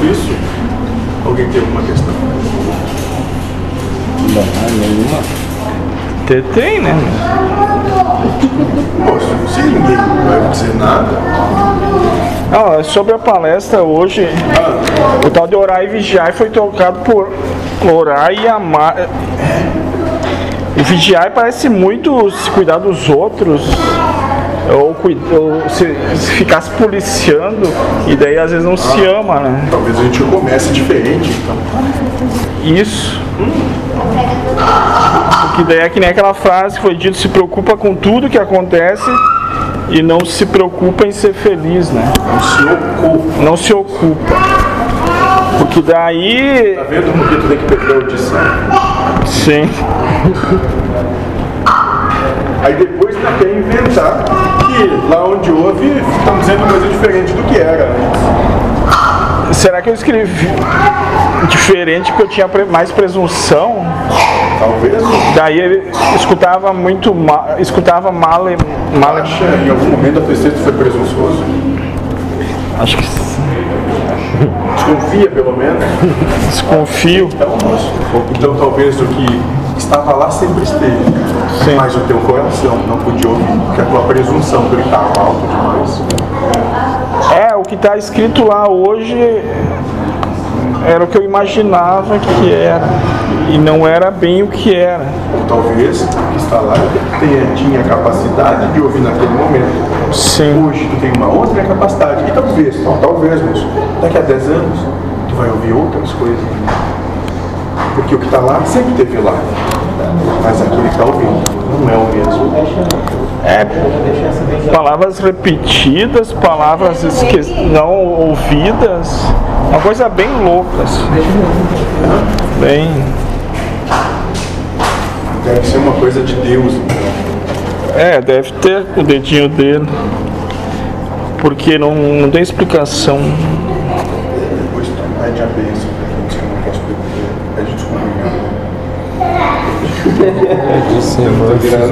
disso, alguém tem alguma questão? Não, nenhuma. Tem, tem, né? Poxa, se ninguém vai dizer nada, Ah, sobre a palestra hoje, Ah. o tal de orar e vigiar foi tocado por orar e amar. E vigiar parece muito se cuidar dos outros, ou, cuid- ou se, se ficar se policiando, e daí às vezes não se ama, né? talvez a gente comece diferente, então. Isso. Porque daí é que nem aquela frase que foi dita, se preocupa com tudo que acontece e não se preocupa em ser feliz, né? Não se ocupe. não se ocupa. Porque daí. Tá vendo porque tu tem que perder a audição? Sim. Aí depois tu quer inventar que lá onde houve estão dizendo coisa diferente do que era. Será que eu escrevi diferente porque eu tinha pre- mais presunção? Talvez tu Daí ele escutava muito mal. Escutava mal. mal acha em algum momento a tua texto foi presunçoso. acho que s- Desconfia pelo menos. desconfio. Então, moço, então talvez o que estava lá sempre esteve. Sim. Mas o teu coração não podia ouvir, porque a tua presunção gritava alto demais. É, o que está escrito lá hoje era o que eu imaginava que era. E não era bem o que era. Ou talvez o que está lá tenha, tinha capacidade de ouvir naquele momento. Sim. Hoje tu tem uma outra capacidade. E talvez, ó, talvez, moço, daqui a 10 anos, tu vai ouvir outras coisas. Porque o que está lá sempre teve lá. Mas aquele que está ouvindo não é o mesmo. É, palavras repetidas, palavras esque- não ouvidas, uma coisa bem louca. assim. Bem, Deve ser uma coisa de Deus. Então. é, deve ter o dedinho dele, porque não, não tem explicação. Depois tu pede a bênção para quem você não posso beber. Pede desculpa. Senhor,